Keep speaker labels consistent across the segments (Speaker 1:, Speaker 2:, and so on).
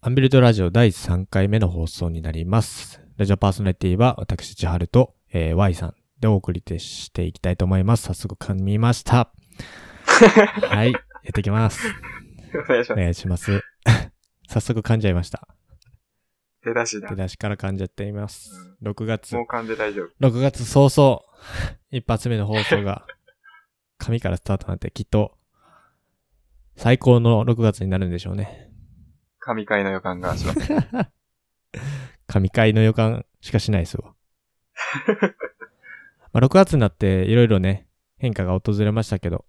Speaker 1: アンビルドラジオ第3回目の放送になります。ラジオパーソナリティは私、千春と、えー Y さんでお送りしていきたいと思います。早速噛みま した。はい、やってきます。
Speaker 2: お願いし
Speaker 1: お
Speaker 2: ます。
Speaker 1: 願いします。 早速噛んじゃいました。
Speaker 2: 出だしだ
Speaker 1: 出。だしから噛んじゃっています。6月
Speaker 2: もう、噛んで大丈夫。
Speaker 1: 6月早々、一発目の放送が、 紙からスタートなんてきっと、最高の6月になるんでしょうね。
Speaker 2: 神回の予感がします。
Speaker 1: 神回の予感しかしないですわ。まあ6月になっていろいろね、変化が訪れましたけど、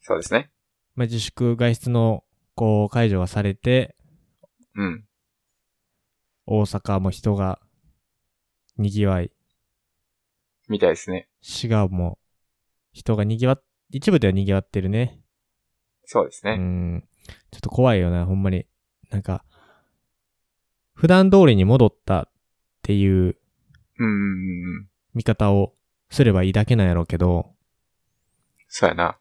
Speaker 2: そうですね。
Speaker 1: まあ、自粛外出のこう解除がされて、
Speaker 2: うん。
Speaker 1: 大阪も人が賑わい、
Speaker 2: みたいですね。
Speaker 1: 滋賀も人が賑わっ、一部では賑わってるね。
Speaker 2: そうです
Speaker 1: う
Speaker 2: ね。
Speaker 1: ん。ちょっと怖いよな、ほんまに。なんか、普段通りに戻ったっていう
Speaker 2: うん。うんうん。
Speaker 1: 見方をすればいいだけなんやろうけど、
Speaker 2: そうやな。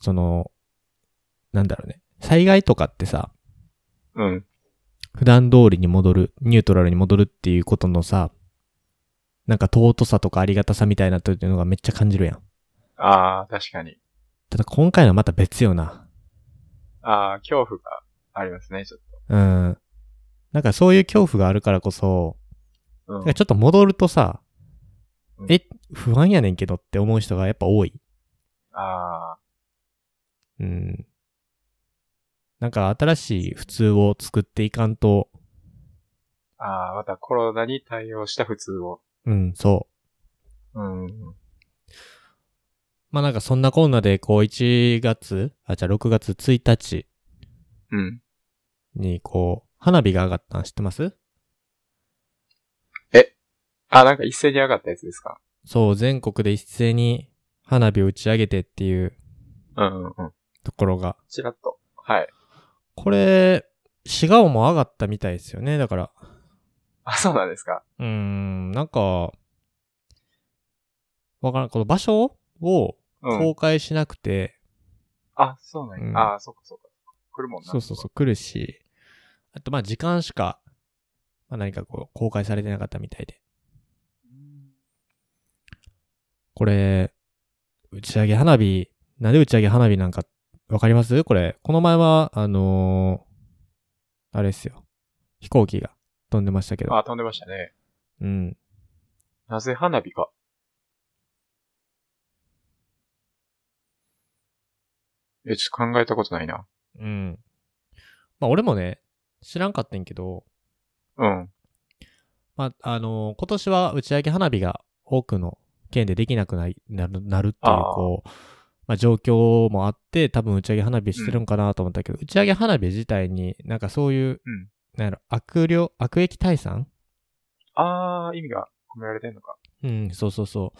Speaker 1: その、なんだろうね。災害とかってさ、
Speaker 2: うん。
Speaker 1: 普段通りに戻る、ニュートラルに戻るっていうことのさ、なんか尊さとかありがたさみたいなというのがめっちゃ感じるやん。
Speaker 2: ああ、確かに。
Speaker 1: ただ今回のはまた別よな。
Speaker 2: ああ、恐怖がありますね、ちょっ
Speaker 1: うん。なんかそういう恐怖があるからこそ、
Speaker 2: と。
Speaker 1: なん
Speaker 2: うん
Speaker 1: か。ちょっと戻るとさ
Speaker 2: う、ん
Speaker 1: え、不安やねんけどって思う人がやっぱ多い。
Speaker 2: ああ、
Speaker 1: うん。なんか新しい普通を作っていかんと、
Speaker 2: ああ、またコロナに対応した普通を。
Speaker 1: うん、そう。
Speaker 2: うん。うん
Speaker 1: まあなんかそんなこんなで、こう1月、あ、じゃあ6月1日
Speaker 2: うん。
Speaker 1: にこう、花火が上がったの知ってます
Speaker 2: あ、なんか一斉に上がったやつですか
Speaker 1: そう、全国で一斉に花火を打ち上げてっていう
Speaker 2: うんうんうん。
Speaker 1: ところが。
Speaker 2: ちらっと。はい。
Speaker 1: これ、滋賀も上がったみたいですよね。だから、
Speaker 2: あ、そうなんですか
Speaker 1: うーん、なんか、わからん、この場所を
Speaker 2: うん。
Speaker 1: 公開しなくて、
Speaker 2: あ、そうなんや。
Speaker 1: うん
Speaker 2: ああ、そっかそっか。来るもんな。
Speaker 1: そうそうそう、来るし、あとまあ時間しか、まあ何かこう、公開されてなかったみたいで。
Speaker 2: うん。
Speaker 1: これ、打ち上げ花火、なんで打ち上げ花火なんか、わかりますこれ、この前は、あのーあれっすよ。飛行機が飛んでましたけど。
Speaker 2: あ、飛んでましたね。
Speaker 1: うん。
Speaker 2: なぜ花火か。え、ちょっと考えたことないな。
Speaker 1: うん。まあ、俺もね、知らんかったんけど、
Speaker 2: うん。
Speaker 1: まあ、あのー今年は打ち上げ花火が多くの県でできなくないなるなるっていう、
Speaker 2: あー
Speaker 1: こう、まあ、状況もあって、多分打ち上げ花火してるんかなと思ったけど、打ち上げ花火自体になんかそういう、
Speaker 2: うん
Speaker 1: なんやろ、悪霊、悪役退散
Speaker 2: あー、意味が込められてんのか。
Speaker 1: うん、そうそうそう。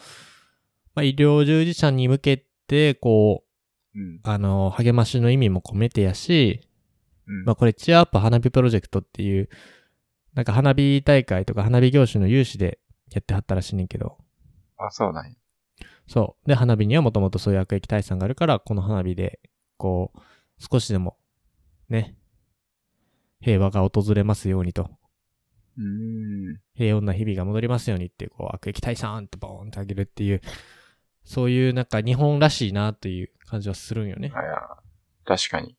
Speaker 1: まあ、医療従事者に向けて、こ
Speaker 2: うん。
Speaker 1: う、あの、励ましの意味も込めてやし、
Speaker 2: うん。
Speaker 1: まあ、これ、チアアップ花火プロジェクトっていう、なんか花火大会とか花火業種の有志でやってはったらしいねんけど、
Speaker 2: あ、そうなんや。
Speaker 1: そう。で、花火にはもともとそういう悪役退散があるから、この花火で、こう、少しでも、ね、平和が訪れますようにと、
Speaker 2: うーん。
Speaker 1: 平穏な日々が戻りますようにって、こう、悪役退散ってボーンってあげるっていう、そういうなんか日本らしいなという感じはするんよね。
Speaker 2: あいや、確かに。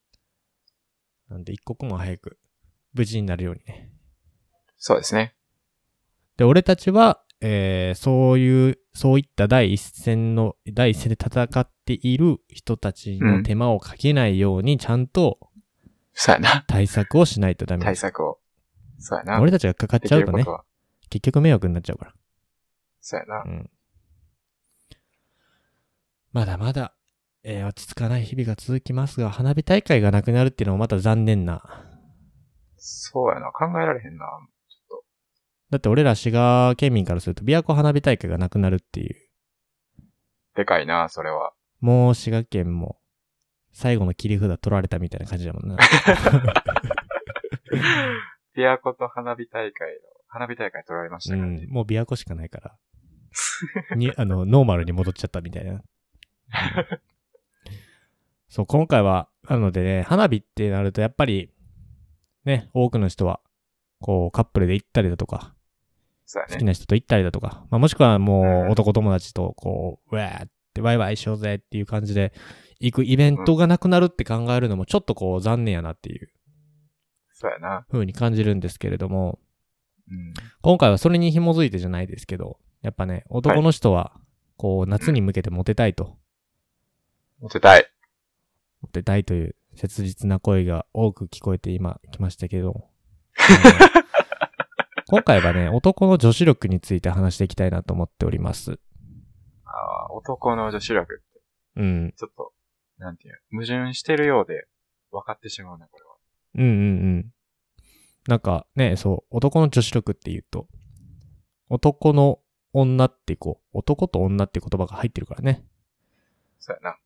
Speaker 1: なんで一刻も早く無事になるようにね。
Speaker 2: そうですね。
Speaker 1: で、俺たちは、えー、そういう、そういった第一線の、第一線で戦っている人たちの手間をかけないように、ちゃんと
Speaker 2: そうやな。
Speaker 1: 対策をしないとダメ
Speaker 2: 対
Speaker 1: です。
Speaker 2: 策を。そうやな。
Speaker 1: 俺たちがかかっ
Speaker 2: で
Speaker 1: ち
Speaker 2: き
Speaker 1: ゃう
Speaker 2: る
Speaker 1: と
Speaker 2: こ
Speaker 1: ね
Speaker 2: と、は。
Speaker 1: 結局迷惑になっちゃうから。
Speaker 2: そうやな
Speaker 1: う。ん。まだまだ、えー落ち着かない日々が続きますが、花火大会がなくなるっていうのもまた残念な。
Speaker 2: そうやな。考えられへんな。
Speaker 1: だって俺ら滋賀県民からすると、琵琶湖花火大会がなくなるっていう。
Speaker 2: でかいな、それは。
Speaker 1: もう滋賀県も、最後の切り札取られたみたいな感じだも んな。
Speaker 2: 琵琶湖と花火大会の、花火大会取られまし
Speaker 1: う
Speaker 2: たからね。
Speaker 1: ん、もう琵琶湖しかないから。に、あの、ノーマルに戻っちゃったみたいな。そう、今回は、なのでね、花火ってなるとやっぱり、ね、多くの人は、こう、カップルで行ったりだとか、
Speaker 2: そう
Speaker 1: 好
Speaker 2: や
Speaker 1: き
Speaker 2: ね。
Speaker 1: な人と行ったりだとか、まあ、もしくはも
Speaker 2: う
Speaker 1: う、
Speaker 2: ん
Speaker 1: 男友達と、こう、ウェーって、ワイワイしようぜっていう感じで、行くイベントがなくなるって考えるのも、ちょっとこう、残念やなっていう
Speaker 2: そうやな。
Speaker 1: 風に感じるんですけれども、
Speaker 2: うん。
Speaker 1: 今回はそれに紐づいてじゃないですけど、やっぱね、男の人は、こう、夏に向けてモテたいと、
Speaker 2: モテたい。
Speaker 1: モテたいという切実な声が多く聞こえて今来ましたけども、あの今回はね、男の女子力について話していきたいなと思っております。
Speaker 2: あー男の女子力って、
Speaker 1: うん。
Speaker 2: ちょっと、なんていう、矛盾してるようで、分かってしまうな、これは。
Speaker 1: うんうんうん。なんかね、そう、男の女子力って言うと、男の女ってこう、男と女って言葉が入ってるからね。
Speaker 2: そうやな。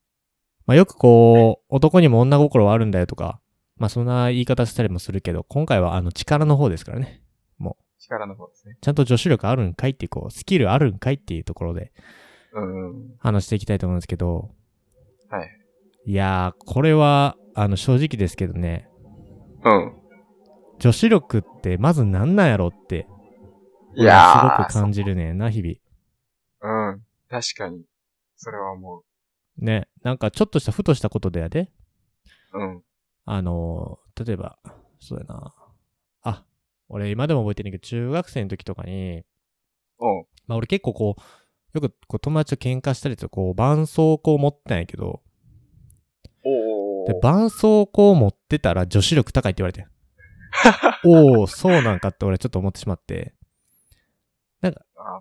Speaker 1: まあ、よくこう、男にも女心はあるんだよとか、まあそんな言い方したりもするけど、今回はあの力の方ですからね。
Speaker 2: 力の方ですね。
Speaker 1: ちゃんと女子力あるんかいっていう、こう、スキルあるんかいっていうところで
Speaker 2: うん。
Speaker 1: 話していきたいと思うんですけど、
Speaker 2: はい。
Speaker 1: いやー、これは、あの、正直ですけどね、
Speaker 2: うん。
Speaker 1: 女子力ってまずなんなんやろって、
Speaker 2: い
Speaker 1: 俺
Speaker 2: や
Speaker 1: は
Speaker 2: ー。
Speaker 1: すごく感じるねんな、日々。
Speaker 2: うん。確かに。それは思う。
Speaker 1: ね、なんかちょっとしたふとしたことでやで、
Speaker 2: うん。
Speaker 1: あのー、例えば、そうやな。あ、俺今でも覚えてんねんけど、中学生の時とかに、
Speaker 2: おう。
Speaker 1: まあ俺結構こう、よくこう友達と喧嘩したりとか、こう、絆創膏を持ってたんやけど、で
Speaker 2: おうおうおう、
Speaker 1: 絆創膏を持ってたら女子力高いって言われて。 おおそうなんかって俺ちょっと思ってしまって。
Speaker 2: あー、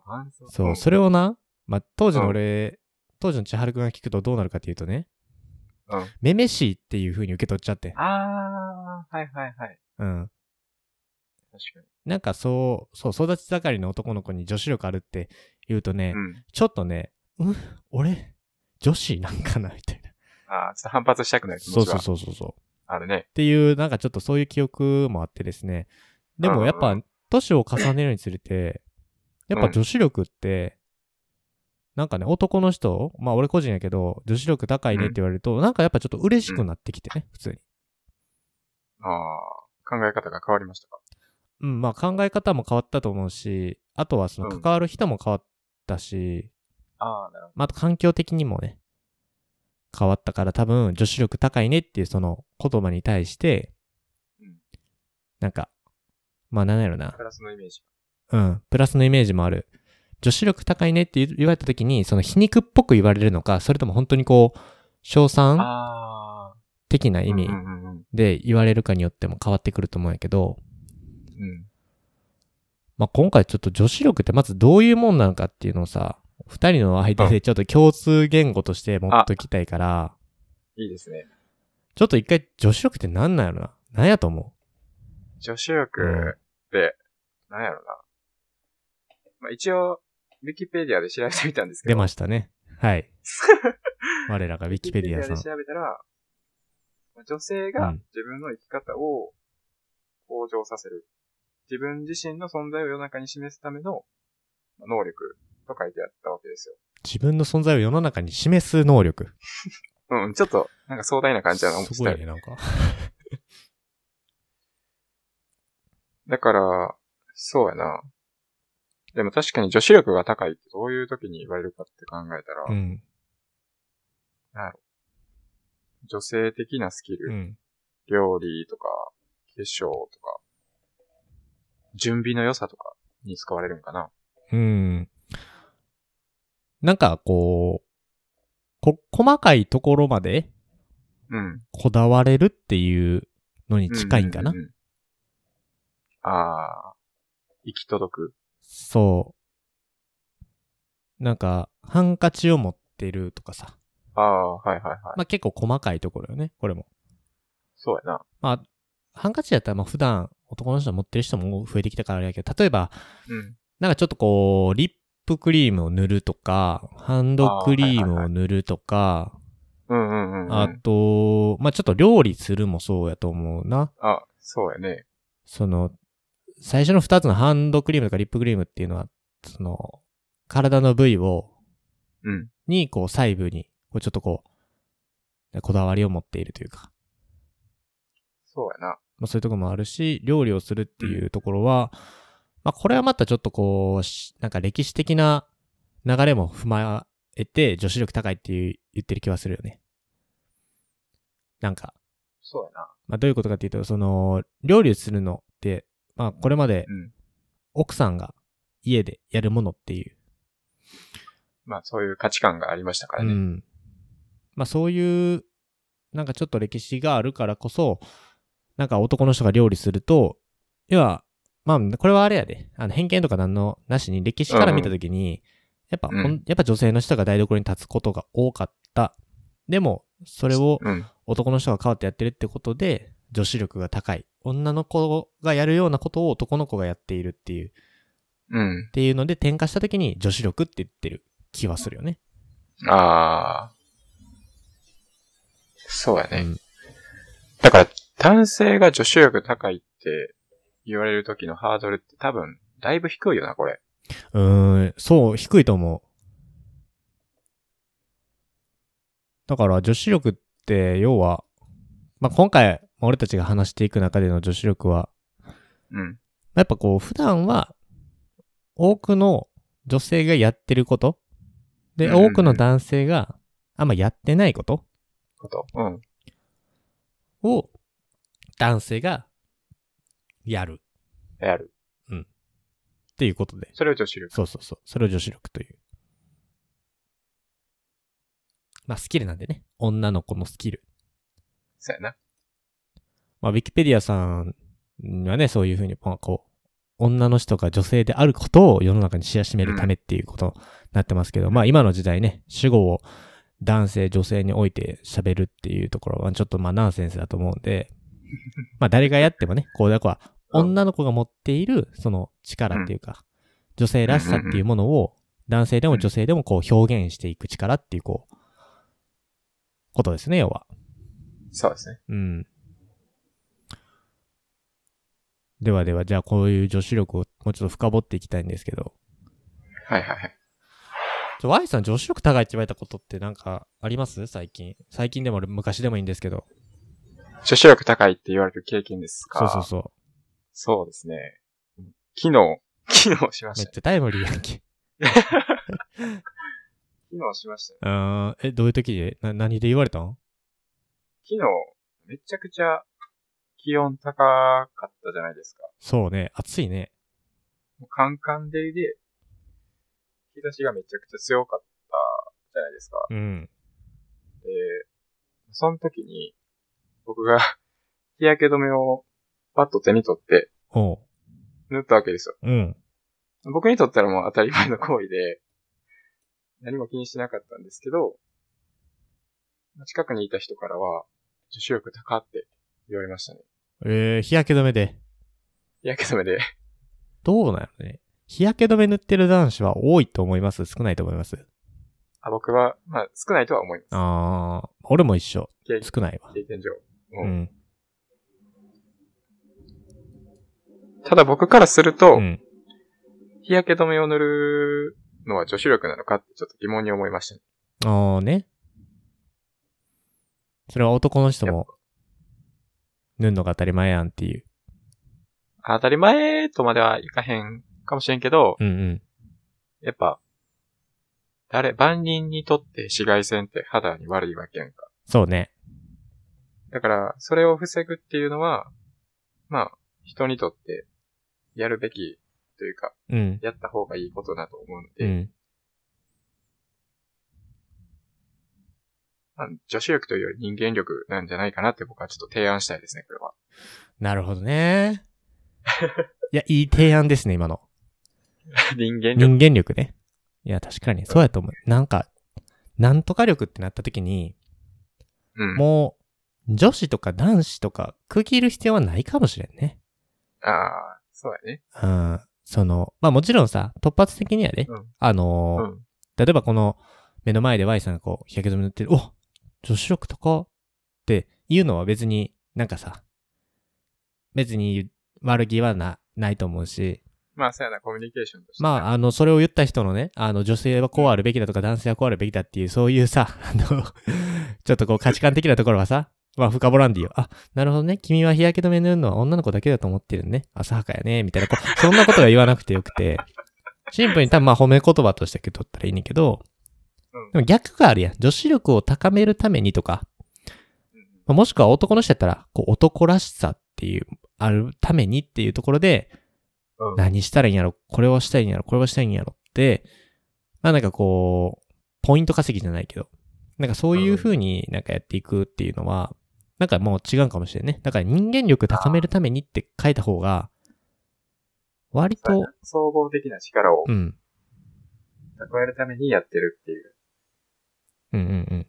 Speaker 2: 伴奏
Speaker 1: そう、それをな、まあ当時の俺、当時の千春くんが聞くとどうなるかっていうとね、
Speaker 2: うん。
Speaker 1: めめしいっていう風に受け取っちゃって。
Speaker 2: あー、はいはいはい。
Speaker 1: うん。
Speaker 2: 確か
Speaker 1: なんかそう、そう、育ち盛りの男の子に女子力あるって言うとね、
Speaker 2: に。うん。
Speaker 1: ちょっとね、うん、俺、女子なんかなみたいな。
Speaker 2: あー、ちょっと反発したくなる気
Speaker 1: そ
Speaker 2: 持
Speaker 1: う
Speaker 2: ち
Speaker 1: そう
Speaker 2: は
Speaker 1: そうそうそう。
Speaker 2: あるね
Speaker 1: っ。ていう、なんかちょっとそういう記憶もあってですね。で
Speaker 2: うんう
Speaker 1: も
Speaker 2: ん
Speaker 1: やっぱ、年を重ねるにつれて、やっぱ女子力って、なんかね、男の人、まあ俺個人やけど、女子力高いねって言われると、なんかやっぱちょっと嬉しくなってきてね、普通に。
Speaker 2: あー、考え方が変わりましたか。
Speaker 1: うん、まあ考え方も変わったと思うし、あとはその
Speaker 2: うん
Speaker 1: 関わる人も変わったし、
Speaker 2: あー、なるほ
Speaker 1: まああと環境的にもね、変わったから多分女子力高いねっていうその言葉に対して
Speaker 2: うん、
Speaker 1: なんか、まあなんやろな
Speaker 2: ど。プ、ラスのイメージ。
Speaker 1: うん。プラスのイメージもある。女子力高いねって言われた時に、その皮肉っぽく言われるのか、それとも本当にこう、称賛
Speaker 2: あ
Speaker 1: 的な
Speaker 2: ー。
Speaker 1: 意味
Speaker 2: うんうんうん
Speaker 1: で言われるかによっても変わってくると思うんやけど、
Speaker 2: うん。うん。
Speaker 1: まあ、今回ちょっと女子力ってまずどういうもんなのかっていうのをさ、二人の間でちょっと共通言語として持っときたいから、
Speaker 2: いいですね。
Speaker 1: ちょっと一回女子力って何なんやろな何やと思
Speaker 2: 女子
Speaker 1: うん
Speaker 2: 力って、なんやろな。まあ、一応、ウィキペディアで調べてみたんです
Speaker 1: う
Speaker 2: け
Speaker 1: 出
Speaker 2: ど。
Speaker 1: ましたね。 はい。我らがウィキペディアさん
Speaker 2: で。調べたら、女性
Speaker 1: う
Speaker 2: が
Speaker 1: ん
Speaker 2: 自分の生き方を向上させる。自分自身の存在を世の中に示すためのまあ能力と書いてあったわけですよ。
Speaker 1: 自分の存在を世の中に示す能力。
Speaker 2: うん、ちょっと、なんか壮大な感じだな、思っ
Speaker 1: す
Speaker 2: て
Speaker 1: ご
Speaker 2: た
Speaker 1: い
Speaker 2: よ
Speaker 1: ね、なんか。
Speaker 2: だから、そうやな。でも確かに女子力が高いってどういう時に言われるかって考えたら、
Speaker 1: うん。
Speaker 2: 女性的なスキル、
Speaker 1: うん。
Speaker 2: 料理とか、化粧とか、準備の良さとかに使われるんかな。
Speaker 1: うん。なんかこう、こ、細かいところまで
Speaker 2: うん。
Speaker 1: こだわれるっていうのに近いんかな、
Speaker 2: うううんああ、行き届く。
Speaker 1: そう。なんか、ハンカチを持ってるとかさ。
Speaker 2: ああ、はいはいはい。
Speaker 1: まあ、結構細かいところよね、これも。
Speaker 2: そうやな。
Speaker 1: まあ、ハンカチだったらまあ普段男の人持ってる人も増えてきたからあれやけど、例えば、
Speaker 2: うん。
Speaker 1: なんかちょっとこう、リップクリームを塗るとか、ハンドクリームを塗るとか、
Speaker 2: うんうんうんうん。
Speaker 1: あと、まあ、ちょっと料理するもそうやと思うな。
Speaker 2: あ、そうやね。
Speaker 1: その、最初の二つのハンドクリームとかリップクリームっていうのは、その、体の部位を、
Speaker 2: うん。
Speaker 1: に、こう、細部に、こう、ちょっとこう、こだわりを持っているというか。
Speaker 2: そうやな。
Speaker 1: まあそういうとこもあるし、料理をするっていうところは、まあこれはまたちょっとこうし、なんか歴史的な流れも踏まえて、女子力高いっていう言ってる気はするよね。なんか、
Speaker 2: そうやな。
Speaker 1: まあ、どういうことかっていうと、その、料理するのって、まあ、これまで
Speaker 2: うん。
Speaker 1: 奥さんが家でやるものっていう、
Speaker 2: まあ、そういう価値観がありましたから
Speaker 1: う
Speaker 2: ね。
Speaker 1: ん。まあ、そういう、なんかちょっと歴史があるからこそ、なんか男の人が料理すると、要は、まあ、これはあれやで、あの、偏見とかなんのなしに歴史から見たときに、やっぱ、ほん
Speaker 2: うん
Speaker 1: やっぱ女性の人が台所に立つことが多かった。でも、それを
Speaker 2: うん。
Speaker 1: 男の人が変わってやってるってことで、女子力が高い。女の子がやるようなことを男の子がやっているっていう、っ
Speaker 2: うん。
Speaker 1: ていうので転化した時に女子力って言ってる気はするよね。
Speaker 2: ああ。そうやね。
Speaker 1: うん
Speaker 2: だから、男性が女子力高いって言われる時のハードルって多分、だいぶ低いよな、これ。
Speaker 1: うーん、そう、低いと思う。だから女子力って、要は、まあ、今回、俺たちが話していく中での女子力は、
Speaker 2: うん。
Speaker 1: やっぱこう、普段は、多くの女性がやってること、で、
Speaker 2: うんうんう
Speaker 1: 多
Speaker 2: ん
Speaker 1: くの男性があんまやってないこと
Speaker 2: こと。うん。
Speaker 1: を、男性が、やる
Speaker 2: やる。
Speaker 1: っていうことで。
Speaker 2: それを女子力。
Speaker 1: そうそうそう。それを女子力という。まあ、スキルなんでね。女の子のスキル。
Speaker 2: そうやな。
Speaker 1: まあ、ウィキペディアさんにはね、そういうふうに、まあ、こう、女の人が女性であることを世の中に知らしめるためっていうことになってますけど、まあ、今の時代ね、主語を男性、女性において喋るっていうところは、ちょっとまあ、ナンセンスだと思うんで、まあ、誰がやってもね、こう、だから、女の子が持っている、その力っていうか、女性らしさっていうものを、男性でも女性でもこう表現していく力っていう、こう、ことですね、要は。
Speaker 2: そうですね。
Speaker 1: うん。ではでは、じゃあこういう女子力をもうちょっと深掘っていきたいんですけど。
Speaker 2: はいはいはい。
Speaker 1: ちょ、Y さん女子力高いって言われたことってなんかあります最近。最近でも昔でもいいんですけど。
Speaker 2: 女子力高いって言われる経験ですか
Speaker 1: そうそうそう。
Speaker 2: そうですね。機能、 機能しま
Speaker 1: め
Speaker 2: し。
Speaker 1: ったちゃタイムリーやんけ。
Speaker 2: 機能しました
Speaker 1: う
Speaker 2: よ。
Speaker 1: ーん。え、どういう時でな、何で言われたん
Speaker 2: 機能、めちゃくちゃ気温高かったじゃないですか。
Speaker 1: そうね。暑いね。
Speaker 2: もうカンカンデリで、日差しがめちゃくちゃ強かったじゃないですか。
Speaker 1: うん。
Speaker 2: で、その時に、僕が 日焼け止めをパッと手に取って
Speaker 1: おう。
Speaker 2: 塗ったわけですよ。
Speaker 1: うん。
Speaker 2: 僕にとったらもう当たり前の行為で、何も気にしてなかったんですけど、近くにいた人からは、女子力高って言われましたね。
Speaker 1: えー、日焼け止めで。
Speaker 2: 日焼け止めで。
Speaker 1: どうなのね。日焼け止め塗ってる男子は多いと思います少ないと思います
Speaker 2: あ僕は、まあ、少ないとは思います。
Speaker 1: あー、俺も一緒。
Speaker 2: 経
Speaker 1: 少ないわ。
Speaker 2: 経験上。う
Speaker 1: うんん。
Speaker 2: ただ僕からすると、
Speaker 1: うん。
Speaker 2: 日焼け止めを塗るのは女子力なのかってちょっと疑問に思いましたね。
Speaker 1: ああね。それは男の人も、塗るのが当たり前やんっていう。
Speaker 2: 当たり前とまではいかへんかもしれんけど、
Speaker 1: うんうん。
Speaker 2: やっぱ、誰、万人にとって紫外線って肌に悪いわけやんか。
Speaker 1: そうね。
Speaker 2: だから、それを防ぐっていうのは、まあ、人にとってやるべきというか、
Speaker 1: うん。
Speaker 2: やった方がいいことだと思うので、
Speaker 1: うん。
Speaker 2: まあ女子力というより人間力なんじゃないかなって僕はちょっと提案したいですね、これは。
Speaker 1: なるほど ね。いや、いい提案ですね、今の。
Speaker 2: 人間力。
Speaker 1: 人間力ね。いや、確かに、そうやと思う。なんか、なんとか力ってなった時に、
Speaker 2: うん。
Speaker 1: もう、女子とか男子とか、区切る必要はないかもしれんね。
Speaker 2: ああ、そうやね。
Speaker 1: うん。その、まあもちろんさ、突発的にはね、
Speaker 2: うん
Speaker 1: あのー
Speaker 2: うん。
Speaker 1: 例えばこの目の前で Y さんがこう日焼け止め塗ってる、お女子力高っていうのは別になんかさ、別に悪気はな、ないと思うし、
Speaker 2: まあ、そうやな、コミュニケーションとして。
Speaker 1: まあ、あの、それを言った人のね、あの、女性はこうある べきだとか、男性はこうあるべきだっていう、そういうさ、あの、ちょっとこう価値観的なところはさ、まあ、深掘らんでいいよ。あ、なるほどね。君は日焼け止め塗るのは女の子だけだと思ってるね。浅はかやね。みたいな、こうそんなことは言わなくてよくて、シンプルに多分まあ褒め言葉として受け取ったらいいねんけど、
Speaker 2: うん
Speaker 1: でも逆があるやん。女子力を高めるためにとか、
Speaker 2: うん
Speaker 1: まあもしくは男の人やったら、こう男らしさっていう、あるためにっていうところで、
Speaker 2: うん。うん。
Speaker 1: 何したらいいんやろこれをしたいんやろこれをしたいんやろって、まあなんかこう、ポイント稼ぎじゃないけど、なんかそういう風になんかやっていくっていうのは、なんかもう違うかもしれんね。だから人間力高めるためにって書いた方が、割と、
Speaker 2: 総合的な力を
Speaker 1: うん、
Speaker 2: 蓄えるためにやってるっていう。
Speaker 1: うんうんうん。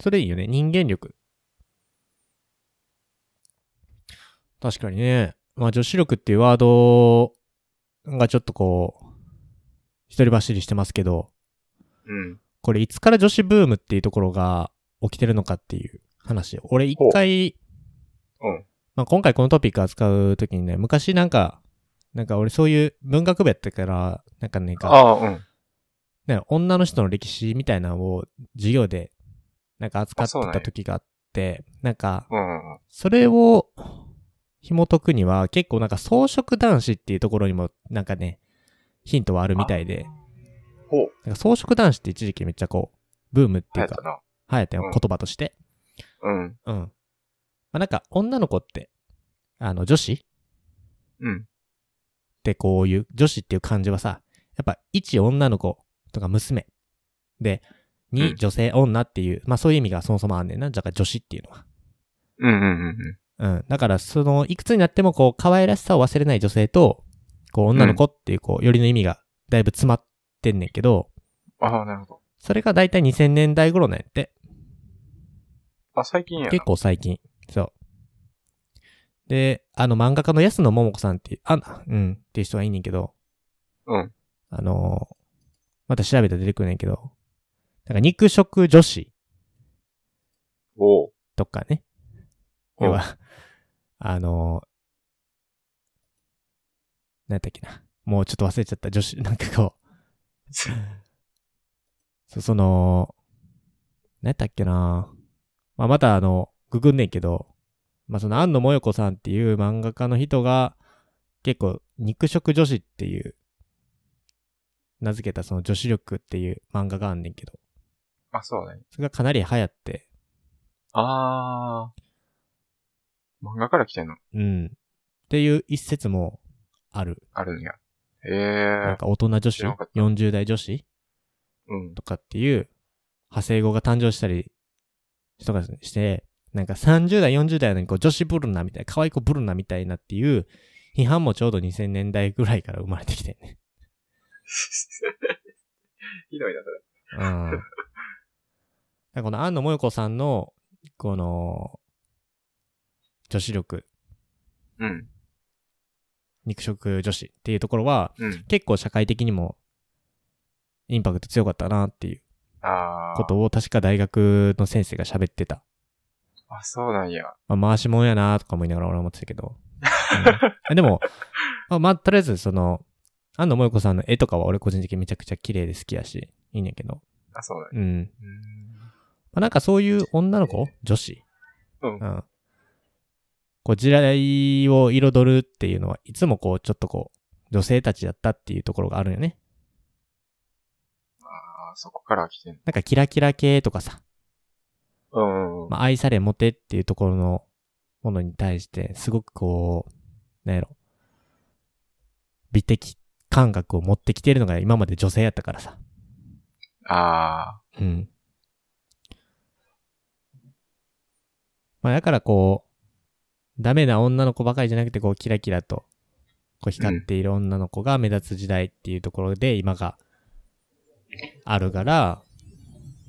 Speaker 1: それいいよね。人間力。確かにね。まあ女子力っていうワードがちょっとこう、一人走りしてますけど、
Speaker 2: うん。
Speaker 1: これいつから女子ブームっていうところが起きてるのかっていう話。俺一回、
Speaker 2: ほううん
Speaker 1: まあ今回このトピック扱うときにね、昔なんか、なんか俺そういう文学部やってから、なんかね、
Speaker 2: ああ、うん。
Speaker 1: ね、女の人の歴史みたいなのを授業で、なんか扱っ
Speaker 2: あそうなん
Speaker 1: た
Speaker 2: や
Speaker 1: 時があって、なんか、
Speaker 2: うんうんうん。
Speaker 1: それを紐解くには、結構なんか装飾男子っていうところにも、なんかね、ヒントはあるみたいで、
Speaker 2: ほう。
Speaker 1: なんか装飾男子って一時期めっちゃこう、ブームってい
Speaker 2: や
Speaker 1: う
Speaker 2: った
Speaker 1: か、
Speaker 2: な。
Speaker 1: はやったよ
Speaker 2: うん
Speaker 1: 言葉として。
Speaker 2: うん。
Speaker 1: うん。まあ、なんか女の子って、あの、女子っ
Speaker 2: うん。
Speaker 1: てこういう、女子っていう漢字はさ、やっぱ1女の子とか娘。で、
Speaker 2: う
Speaker 1: 2
Speaker 2: ん
Speaker 1: 女性女っていう、まあそういう意味がそもそもあんねんな。だから女子っていうのは。
Speaker 2: うんうんうんうん。
Speaker 1: うん。だから、その、いくつになっても、こう、可愛らしさを忘れない女性と、こう、女の子っていう、こう、よりの意味が、だいぶ詰まってんねんけど、
Speaker 2: ああ、なるほど。
Speaker 1: それがだいたい2000年代頃なんやって、
Speaker 2: あ、最近やな。
Speaker 1: 結構最近。そう。で、あの、漫画家の安野桃子さんっていう、あ、うん、っていう人がいんねんけど、
Speaker 2: うん。
Speaker 1: あのーまた調べたら出てくるねんけど、なんか肉食女子
Speaker 2: おう。
Speaker 1: とかね、
Speaker 2: うん
Speaker 1: 要は、 あのー、なんだっけな。もうちょっと忘れちゃった。女子、 なんか こう、そその、なんだっけな。まあ、またあの、ググんねんけど、まあ、その、安野もよこさんっていう漫画家の人が、結構、肉食女子っていう、名付けたその女子力っていう漫画があんねんけど、
Speaker 2: あ、そうね。
Speaker 1: それがかなり流行って、
Speaker 2: ああ。漫画から来てんの
Speaker 1: うん。っていう一説もある。
Speaker 2: あるんや。え
Speaker 1: なん
Speaker 2: え。
Speaker 1: か大人女子
Speaker 2: 知らなかっ、た
Speaker 1: 40代女子
Speaker 2: うん。
Speaker 1: とかっていう派生語が誕生したりとかして、なんか30代、40代なのにこう女子ブルナみたいな、可愛い子ブルナみたいなっていう批判もちょうど2000年代ぐらいから生まれてきてんね。
Speaker 2: ひどいな、それ。
Speaker 1: うん。 だからこの安野もよこさんの、この、女子力、
Speaker 2: うん。
Speaker 1: 肉食女子っていうところは、
Speaker 2: うん。
Speaker 1: 結構社会的にもインパクト強かったなっていう
Speaker 2: ああ。
Speaker 1: ことを確か大学の先生が喋ってた。
Speaker 2: あ、そうなんや。
Speaker 1: まあ、回しもんやなとか思いながら俺は思ってたけど。うんで も、まあ、まあ、とりあえずその、安野もよこさんの絵とかは俺個人的にめちゃくちゃ綺麗で好きやし、いいんやけど。
Speaker 2: あ、そうなんや。
Speaker 1: うん。
Speaker 2: うーん
Speaker 1: まあ、なんかそういう女の子女子
Speaker 2: うん
Speaker 1: うん。こう、時代を彩るっていうのは、いつもこう、ちょっとこう、女性たちだったっていうところがあるよね。
Speaker 2: ああ、そこから来てんの。
Speaker 1: なんかキラキラ系とかさ、
Speaker 2: うんうんうん。
Speaker 1: まあ、愛されモテっていうところのものに対して、すごくこう、なんやろ、美的感覚を持ってきてるのが今まで女性やったからさ。
Speaker 2: ああ。
Speaker 1: うん。まあ、だからこう、ダメな女の子ばかりじゃなくて、こう、キラキラと、こう、光っている女の子が目立つ時代っていうところで、今が、あるから、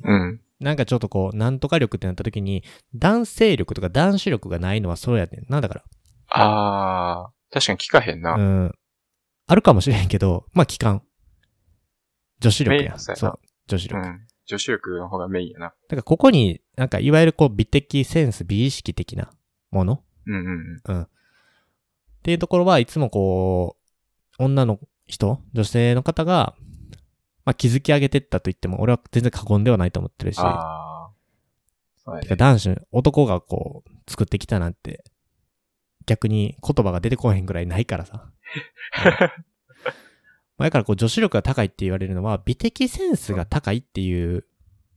Speaker 2: うん。
Speaker 1: なんかちょっとこう、なんとか力ってなった時に、男性力とか男子力がないのはそうやねんな。だか
Speaker 2: ああ。確かに聞かへん
Speaker 1: ら。
Speaker 2: な。
Speaker 1: うん。あるかもしれへんけど、まあ、期間。女子力
Speaker 2: メイ
Speaker 1: や。
Speaker 2: ンそうやな
Speaker 1: そう。女子
Speaker 2: う
Speaker 1: 力。だか
Speaker 2: ん。女子力の方がメインやな。
Speaker 1: らここに、なんかいわゆるこう、美的センス、美意識的なもの
Speaker 2: うんうんうん。
Speaker 1: うん。っていうところはいつもこう、女の人、女性の方が、まあ、築き上げてったと言っても、俺は全然過言ではないと思ってるし。
Speaker 2: ああ。はい
Speaker 1: てか男子、男がこう、作ってきたなんて、逆に言葉が出てこへんぐらいないからさ。まあだからこう、女子力が高いって言われるのは、美的センスが高いっていう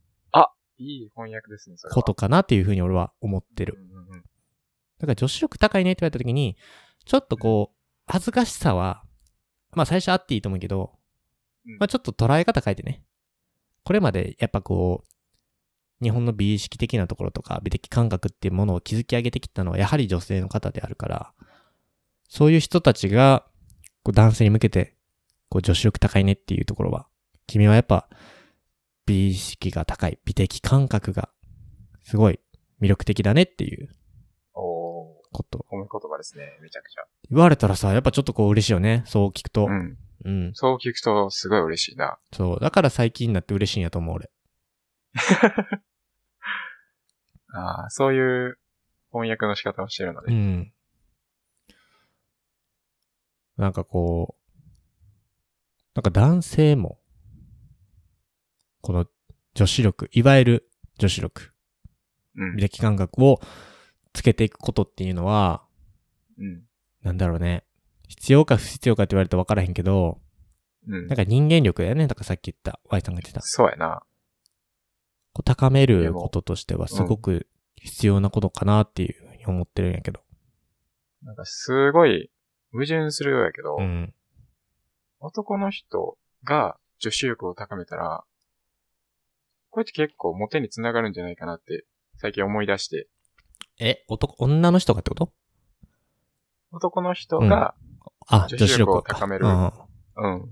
Speaker 2: いい翻訳ですね、それは。
Speaker 1: ことかなっていうふうに俺は思ってる。
Speaker 2: うんうんうん。
Speaker 1: だから女子力高いねって言われた時に、ちょっとこう、恥ずかしさは、まあ最初あっていいと思うけど、
Speaker 2: うん
Speaker 1: まあちょっと捉え方変えてね。これまでやっぱこう、日本の美意識的なところとか美的感覚っていうものを築き上げてきたのはやはり女性の方であるから、そういう人たちがこう男性に向けて、こう女子力高いねっていうところは、君はやっぱ美意識が高い、美的感覚がすごい魅力的だねっていう
Speaker 2: おー、
Speaker 1: こと
Speaker 2: 褒め言葉ですね、めちゃくちゃ。
Speaker 1: 言われたらさ、やっぱちょっとこう嬉しいよね。そう聞くと。
Speaker 2: う
Speaker 1: うん。
Speaker 2: ん。そう聞くとすごい嬉しいな。
Speaker 1: そう。だから最近になって嬉しいんやと思う、俺。
Speaker 2: ああ、そういう翻訳の仕方をしてるので。
Speaker 1: うん。なんかこう、なんか男性も、この女子力、いわゆる女子力、
Speaker 2: うん
Speaker 1: 美。的感覚をつけていくことっていうのは、
Speaker 2: うん。
Speaker 1: なんだろうね。必要か不必要かって言われて分からへんけど、
Speaker 2: うん
Speaker 1: なん。か人間力だよね。だからさっき言った、Y さんが言ってた。
Speaker 2: そうやな。
Speaker 1: こう高め
Speaker 2: で
Speaker 1: る
Speaker 2: も
Speaker 1: こととしてはすごく必要なことかなっていうふうに思ってるんやけど。
Speaker 2: なんかすごい矛盾するようやけど、
Speaker 1: うん。
Speaker 2: 男の人が女子力を高めたら、これって結構モテにつながるんじゃないかなって最近思い出して、
Speaker 1: え、男、女の人がってこと
Speaker 2: 男の人が、
Speaker 1: あ、
Speaker 2: 女
Speaker 1: 女
Speaker 2: 子
Speaker 1: 子
Speaker 2: 力
Speaker 1: 力
Speaker 2: を
Speaker 1: か
Speaker 2: 高める
Speaker 1: うん、あ
Speaker 2: うん、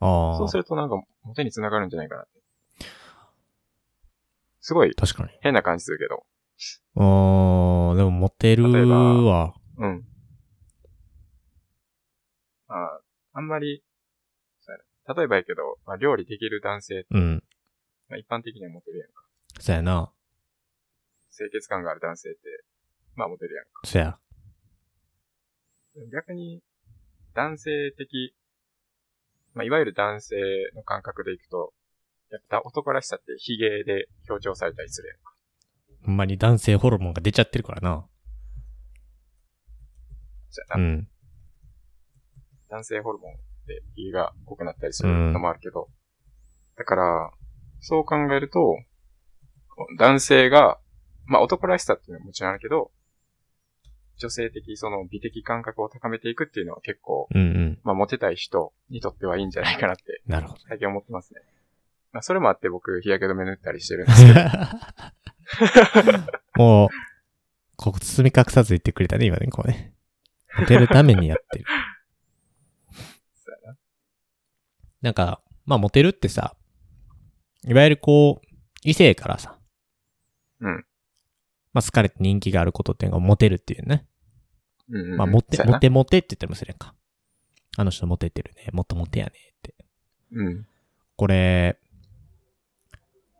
Speaker 1: あ
Speaker 2: そうするとなんかモテにつながるんじゃないかなって。すごい
Speaker 1: 確かに。
Speaker 2: 変な感じするけど、
Speaker 1: あーでもモテる
Speaker 2: 例えば
Speaker 1: わ。
Speaker 2: うん。まあ、あんまり、そうやな例えばやけど、まあ、料理できる男性、
Speaker 1: うん。
Speaker 2: まあ、一般的にはモテるやんか。
Speaker 1: そやな。
Speaker 2: 清潔感がある男性って、まあモテるやんか。
Speaker 1: そや。
Speaker 2: 逆に、男性的、まあ、いわゆる男性の感覚でいくと、やっぱ男らしさってヒゲで強調されたりするやんか。
Speaker 1: ほんまに男性ホルモンが出ちゃってるからな。
Speaker 2: そうや
Speaker 1: う
Speaker 2: な、
Speaker 1: ん。
Speaker 2: 男性ホルモンでヒゲが濃くなったりするのもあるけど。だから、そう考えると、男性が、まあ、男らしさっていうのはもちろんあるけど、女性的、その美的感覚を高めていくっていうのは結構、
Speaker 1: うんうん。
Speaker 2: まあ、モテたい人にとってはいいんじゃないかなって
Speaker 1: なるほど。
Speaker 2: 最近思ってますね。まあ、それもあって僕、日焼け止め塗ったりしてるんです けど。
Speaker 1: もう、ここ包み隠さず言ってくれたね、今ね、こうね。モテるためにやってる。
Speaker 2: そうやな
Speaker 1: なんか、まあ、モテるってさ、いわゆるこう、異性からさ、
Speaker 2: うん。
Speaker 1: まあ、好かれて人気があることっていうのがモテるっていうね。
Speaker 2: うんうんうん
Speaker 1: まあ、モテ、
Speaker 2: そうやな
Speaker 1: モテモテって言ったりもするやんか。あの人モテてるね。もっとモテやねって。
Speaker 2: うん。
Speaker 1: これ、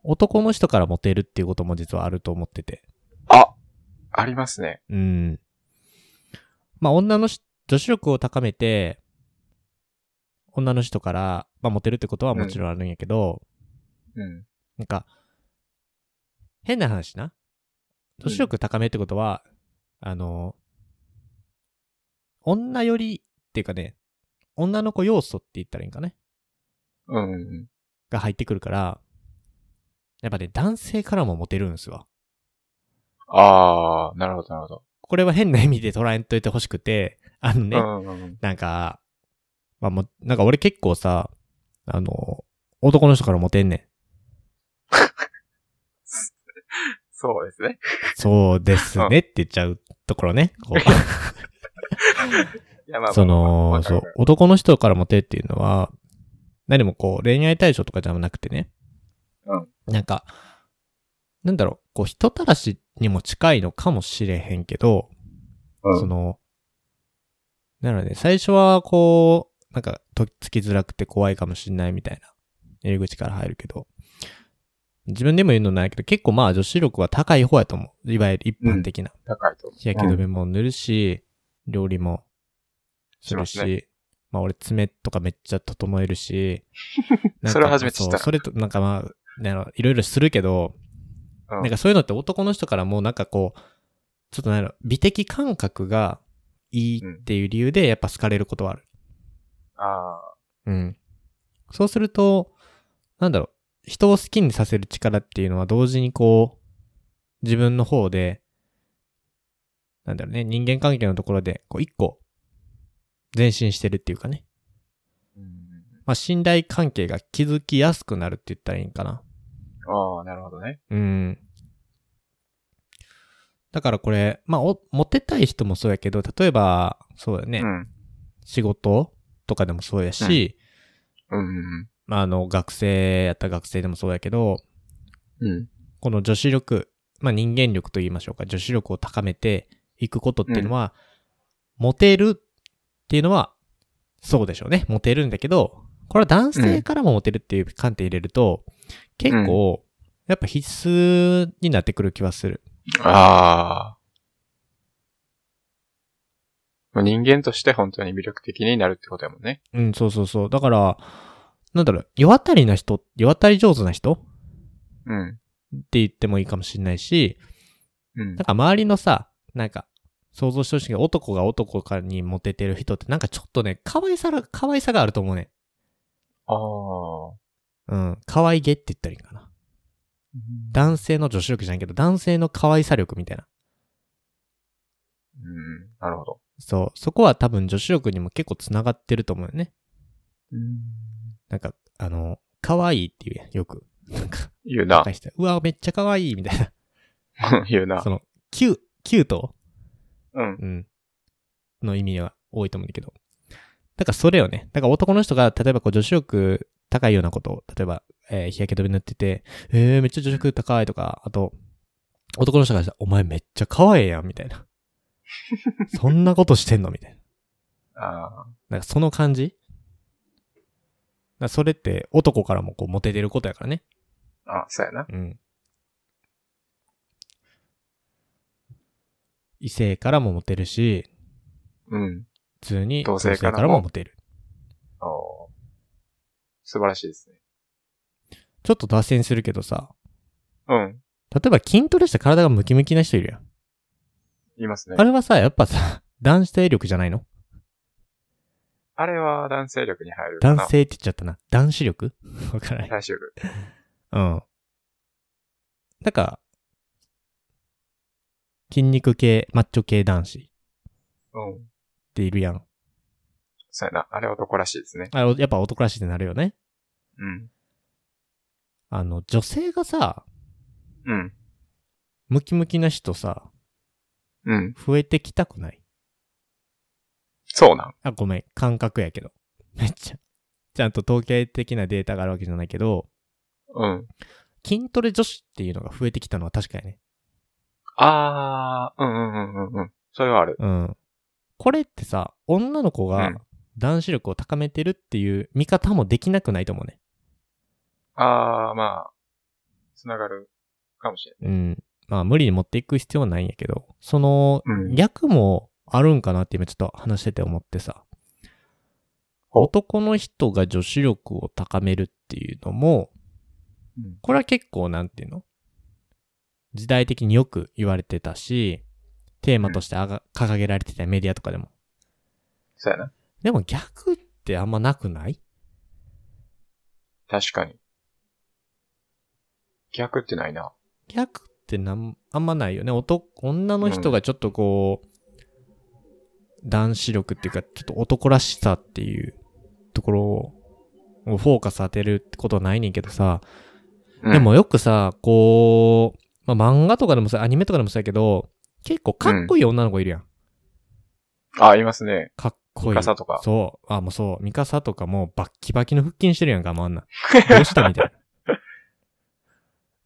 Speaker 1: 男の人からモテるっていうことも実はあると思ってて。
Speaker 2: あありますね。
Speaker 1: うん。まあ、女のし女子力を高めて、女の人から、まあ、モテるってことはもちろんあるんやけど、
Speaker 2: うん。
Speaker 1: なんか、変な話な。女子力高めってことは、あの、女よりっていうかね、女の子要素って言ったらいいんかね
Speaker 2: うんうんうん。
Speaker 1: が入ってくるから、やっぱね、男性からもモテるんですわ。
Speaker 2: ああ、なるほど、なるほど。
Speaker 1: これは変な意味で捉えんといてほしくて、あのね、
Speaker 2: うんうんうん。
Speaker 1: なんか、まあもう、なんか俺結構さ、あの、男の人からモテんねん。
Speaker 2: そうですね。
Speaker 1: そうですねって言っちゃうところね。こう
Speaker 2: いや、まあ、
Speaker 1: そ
Speaker 2: まあ
Speaker 1: の、
Speaker 2: わか
Speaker 1: そ
Speaker 2: る
Speaker 1: う
Speaker 2: わかる、
Speaker 1: 男の人からモテっていうのは、何もこう、恋愛対象とかじゃなくてね。
Speaker 2: うん
Speaker 1: なんか、なんだろう、こう、人たらしにも近いのかもしれへんけど、
Speaker 2: うん
Speaker 1: その、なので、最初はこう、なんか、とっつきづらくて怖いかもしれないみたいな、入り口から入るけど、自分でも言うのないけど、結構まあ女子力は高い方やと思う。いわゆる一般的な。
Speaker 2: 高いと。
Speaker 1: 日焼け止めも塗るし、料理もするし、
Speaker 2: し
Speaker 1: ま
Speaker 2: ます
Speaker 1: あ俺爪とかめっちゃ整えるし、
Speaker 2: それを初めて知った
Speaker 1: そうそれと、なんかまあ、あのいろいろするけど、
Speaker 2: うん
Speaker 1: なんかそういうのって男の人からもうなんかこう、ちょっとなんやろ、美的感覚がいいっていう理由でやっぱ好かれることはある。
Speaker 2: あ
Speaker 1: うん。そうすると、なんだろう、人を好きにさせる力っていうのは同時にこう、自分の方で、なんだろうね、人間関係のところで、こう一個、前進してるっていうかね。
Speaker 2: ーうん。
Speaker 1: まあ、信頼関係が築きやすくなるって言ったらいいんかな。
Speaker 2: ああ、なるほどね。
Speaker 1: うん。だからこれ、まあ、お、モテたい人もそうやけど、例えば、そうだね、
Speaker 2: うん。
Speaker 1: 仕事とかでもそうやし、
Speaker 2: うんうん
Speaker 1: まあ、あの、学生やったら学生でもそうやけど、
Speaker 2: うん。うん。
Speaker 1: この女子力、まあ、人間力と言いましょうか、女子力を高めていくことっていうのは、モテるっていうのは、そうでしょうね。モテるんだけど、これは男性からもモテるっていう観点入れると、結構、やっぱ必須になってくる気はする。
Speaker 2: ああ。まあ人間として本当に魅力的になるってことやもんね。
Speaker 1: うん、そうそうそう。だから、なんだろう、世渡りな人、世渡り上手な人って
Speaker 2: うん。
Speaker 1: 言ってもいいかもしれないし、
Speaker 2: うん
Speaker 1: なん。か周りのさ、なんか、想像してほしいけど、男が男かにモテてる人って、なんかちょっとね、可愛さが、可愛さがあると思うね。
Speaker 2: ああ。
Speaker 1: うん、可愛げって言ったらいいんかな。男性の女子力じゃないけど、男性の可愛さ力みたいな。
Speaker 2: うん。なるほど。
Speaker 1: そう、そこは多分女子力にも結構繋がってると思うよね。
Speaker 2: うん。
Speaker 1: なんか、あの、可愛いって言うやん、よく。なんか、
Speaker 2: 言うな
Speaker 1: 若。い人うわ、めっちゃ可愛いみたいな。
Speaker 2: 言うな
Speaker 1: そ。の、キュ、キュート
Speaker 2: うん。
Speaker 1: うん。の意味は多いと思うんだけど。だからそれをね、だから男の人が、例えばこう女子力高いようなことを、例えば、えー日焼け止め塗ってて、えー、めっちゃ女子力高いとか、あと、男の人がしたらお前めっちゃ可愛いやん、みたいな。そんなことしてんのみたいな。
Speaker 2: ああ。
Speaker 1: なんかその感じだからそれって男からもこうモテてることやからね。
Speaker 2: あそうやな。
Speaker 1: うん。異性からもモテるし、
Speaker 2: うん。
Speaker 1: 普通に
Speaker 2: 同性からも
Speaker 1: モテる。
Speaker 2: おー素晴らしいですね。
Speaker 1: ちょっと脱線するけどさ、
Speaker 2: うん。
Speaker 1: 例えば筋トレして体がムキムキな人いるやん。
Speaker 2: いますね
Speaker 1: あ。れはさ、やっぱさ、 男性力じゃないの
Speaker 2: あれは男性力に入るかな。
Speaker 1: 男性って言っちゃったな。男子力 わからない。
Speaker 2: 体臭力。
Speaker 1: うん。なんか、筋肉系、マッチョ系男子っ
Speaker 2: うん。
Speaker 1: ているやん。
Speaker 2: そうやな。あれは男らしいですね。
Speaker 1: あれ、やっぱ男らしいってなるよね。
Speaker 2: うん。
Speaker 1: あの、女性がさ、
Speaker 2: うん。
Speaker 1: ムキムキな人さ、
Speaker 2: うん。
Speaker 1: 増えてきたくない
Speaker 2: そうなん。
Speaker 1: あ、ごめん、感覚やけど。めっちゃ。ちゃんと統計的なデータがあるわけじゃないけど、
Speaker 2: うん。
Speaker 1: 筋トレ女子っていうのが増えてきたのは確かやね。
Speaker 2: あー、うんうんうんうんうん。それはある。
Speaker 1: うん。これってさ、女の子
Speaker 2: う
Speaker 1: が
Speaker 2: ん
Speaker 1: 男子力を高めてるっていう見方もできなくないと思うね。
Speaker 2: あー、まあ、つながるかもしれ
Speaker 1: うん。まあ、無理に持っていく必要はないんやけど、その、
Speaker 2: ない。うん。
Speaker 1: 逆もあるんかなって今ちょっと話してて思ってさ。
Speaker 2: ほう
Speaker 1: 男の人が女子力を高めるっていうのも
Speaker 2: うん、
Speaker 1: これは結構なんていうの時代的によく言われてたし、テーマとしてあが掲げられてたメディアとかでも。
Speaker 2: そうやな。
Speaker 1: でも逆ってあんまなくない
Speaker 2: 確かに。逆ってないな。
Speaker 1: 逆ってなん、あんまないよね。男、女の人がちょっとこう、男子力っていうか、ちょっと男らしさっていうところをフォーカス当てるってことはないねんけどさ、
Speaker 2: うん
Speaker 1: でも、よくさ、こう、まあ、漫画とかでもさ、アニメとかでもそうやけど、結構かっこいい女の子いるやん。
Speaker 2: あ、いますね。
Speaker 1: かっこいい。
Speaker 2: ミカサとか
Speaker 1: そう。あ、もうそう。ミカサとかもうバッキバキの腹筋してるやんか、もうあんな。どうしたみ たいな。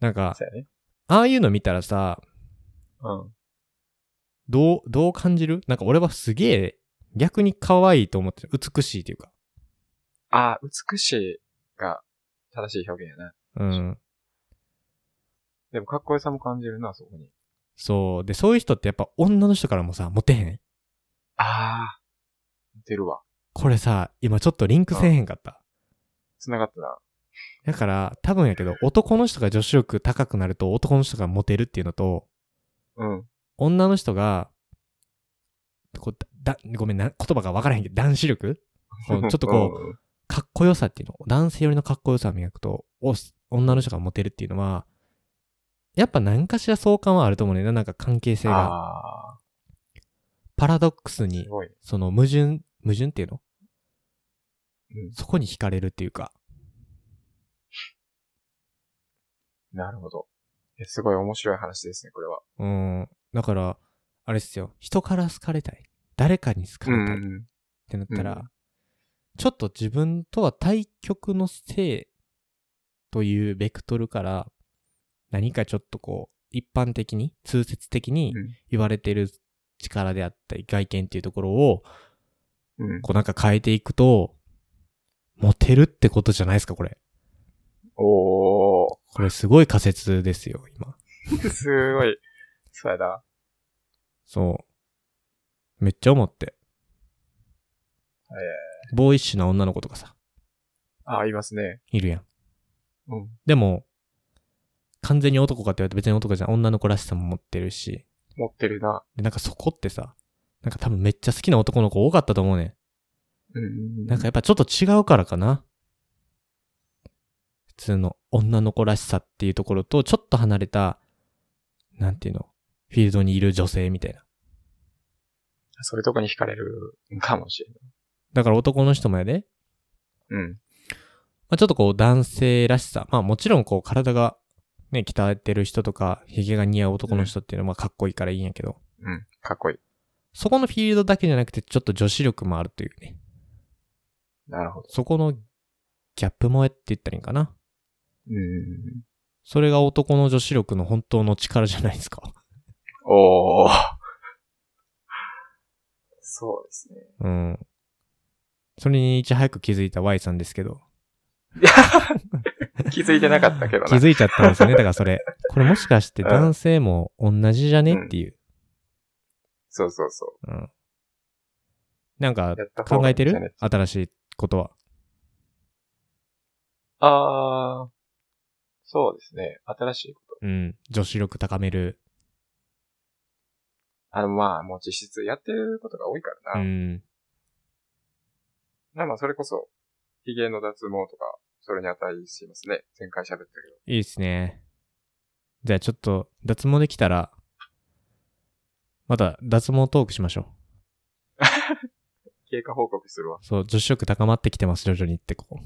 Speaker 1: なんか
Speaker 2: そ、うやね。
Speaker 1: ああいうの見たらさ、
Speaker 2: うん。
Speaker 1: どう、どう感じるなんか俺はすげえ、逆に可愛いと思ってる。美しいというか。
Speaker 2: あー、美しいが正しい表現やな。
Speaker 1: うん。
Speaker 2: でも、かっこよさも感じるな、そこに。
Speaker 1: そう。で、そういう人ってやっぱ女の人からもさ、モテへん
Speaker 2: あー、似てるわ。
Speaker 1: これさ、今ちょっとリンクせえへんかった。
Speaker 2: 繋がったな。
Speaker 1: だから、多分やけど、男の人が女子力高くなると男の人がモテるっていうのと、
Speaker 2: うん。
Speaker 1: 女の人が、こうだだごめんな、言葉が分からへんけど、男子力こ うちょっとこう、
Speaker 2: う。
Speaker 1: かっこよさっていうの、男性寄りのかっこよさを磨くと、お女の人がモテるっていうのは、やっぱ何かしら相関はあると思うねんな。なんか関係性が。
Speaker 2: あ
Speaker 1: パラドックス
Speaker 2: ー、
Speaker 1: に
Speaker 2: す、ごい。
Speaker 1: その矛盾、矛盾っていうの
Speaker 2: うん。
Speaker 1: そこに惹かれるっていうか。
Speaker 2: なるほど。えすごい面白い話ですね、これは。
Speaker 1: うん。だから、あれっすよ。人から好かれたい。誰かに好かれたいっ
Speaker 2: ん。
Speaker 1: てなったら、
Speaker 2: うん
Speaker 1: ちょっと自分とは対極の性というベクトルから、何かちょっとこう、一般的に、通説的に
Speaker 2: うん
Speaker 1: 言われてる力であったり、外見っていうところを、
Speaker 2: うん。
Speaker 1: こうなんか変えていくと、モテるってことじゃないですか、これ。
Speaker 2: おー。
Speaker 1: これすごい仮説ですよ、今。
Speaker 2: すごい。そうやな。
Speaker 1: そう。めっちゃ思って。
Speaker 2: え
Speaker 1: ボーイッシュな女の子とかさ、
Speaker 2: ー、あ、いますね。
Speaker 1: いるやん。
Speaker 2: うん。
Speaker 1: でも、完全に男かって言われて別に男じゃない女の子らしさも持ってるし、
Speaker 2: 持ってるな。
Speaker 1: で、なんかそこってさ、なんか多分めっちゃ好きな男の子多かったと思うね
Speaker 2: うんうんうん
Speaker 1: ん。なんかやっぱちょっと違うからかな。普通の女の子らしさっていうところと、ちょっと離れた、なんていうの、フィールドにいる女性みたいな。
Speaker 2: そういうとこに惹かれるかもし
Speaker 1: だから男の人もやで、
Speaker 2: れない。うん。
Speaker 1: まあ、ちょっとこう男性らしさ。まあもちろんこう体がね、鍛えてる人とか、髭が似合う男の人っていうのはまあかっこいいからいいんやけど、
Speaker 2: うん。かっこいい。
Speaker 1: そこのフィールドだけじゃなくてちょっと女子力もあるというね。
Speaker 2: なるほど。
Speaker 1: そこのギャップ萌えって言ったらいいんかな。
Speaker 2: うんうんうん。
Speaker 1: それが男の女子力の本当の力じゃないですか。
Speaker 2: おー。そうですね。
Speaker 1: うん。それにいち早く気づいた Y さんですけど。
Speaker 2: 気づいてなかったけど
Speaker 1: 気
Speaker 2: な。
Speaker 1: づいちゃったんですよ ね。だからそれ。これもしかして男性も同じじゃねっていう。
Speaker 2: そうそうそ
Speaker 1: うん。なんか
Speaker 2: う。やった方
Speaker 1: 考
Speaker 2: が
Speaker 1: え
Speaker 2: いいんじ
Speaker 1: て
Speaker 2: ゃね
Speaker 1: る新しいことは。
Speaker 2: あー。そうですね。新しいこと。
Speaker 1: うん。女子力高める。
Speaker 2: あの、まあ、もう実質やってることが多いから
Speaker 1: う
Speaker 2: な。
Speaker 1: ん。
Speaker 2: まあまあ、それこそ、髭の脱毛とか、それに値しますね。前回喋ったけ
Speaker 1: いいですね。じゃあちょっと脱毛できたら、また脱毛トークしましょう。
Speaker 2: ど。経過報告するわ。
Speaker 1: そう、女子力高まってきてます、徐々にってこ う。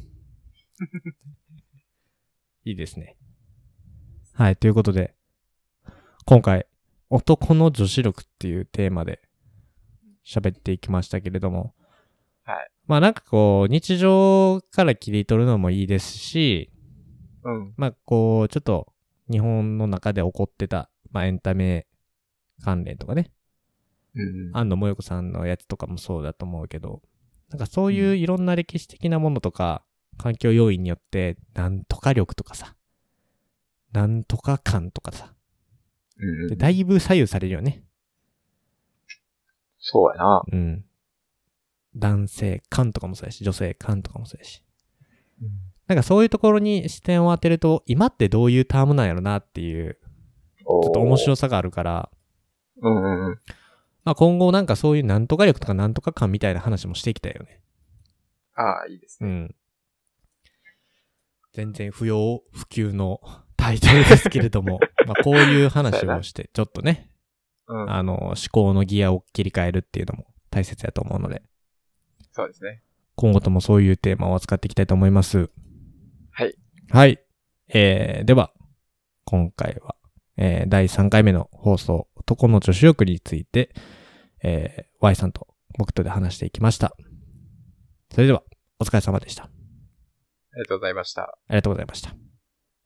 Speaker 1: いいですね。はい、ということで、今回、男の女子力っていうテーマで喋っていきましたけれども、
Speaker 2: はい。
Speaker 1: まあなんかこう、日常から切り取るのもいいですし、
Speaker 2: うん。
Speaker 1: まあこう、ちょっと日本の中で起こってた、まあエンタメ関連とかね、
Speaker 2: うん。
Speaker 1: 安野もよこさんのやつとかもそうだと思うけど、なんかそういういろんな歴史的なものとか、環境要因によって、なんとか力とかさ、なんとか感とかさ、
Speaker 2: うんう
Speaker 1: で
Speaker 2: ん。
Speaker 1: だいぶ左右されるよね。
Speaker 2: そうやな。
Speaker 1: うん。男性感とかもそうやし、女性感とかもそうやし。なんかそういうところに視点を当てると、今ってどういうタームなんやろなっていう、
Speaker 2: ちょ
Speaker 1: ちょっと面
Speaker 2: い。
Speaker 1: 白さがあるから、
Speaker 2: うんうんうん。
Speaker 1: まあ今後なんかそういうなんとか力とかなんとか感みたいな話もしていきたいよね。
Speaker 2: ああ、いいです
Speaker 1: う
Speaker 2: ね。
Speaker 1: ん。全然不要不急のタイトルですけれど も、まあこういう話をして、ちょっとね、
Speaker 2: うん。
Speaker 1: あの、思考のギアを切り替えるっていうのも大切だと思うので、
Speaker 2: そうですね。
Speaker 1: 今後ともそういうテーマを扱っていきたいと思います。
Speaker 2: はい。
Speaker 1: はい。えー、では、今回は、えー、第3回目の放送、男の女子力について、えー、Y さんと僕とで話していきました。それでは、お疲れ様でした。あ
Speaker 2: ありがとうございました。
Speaker 1: りがとうございました。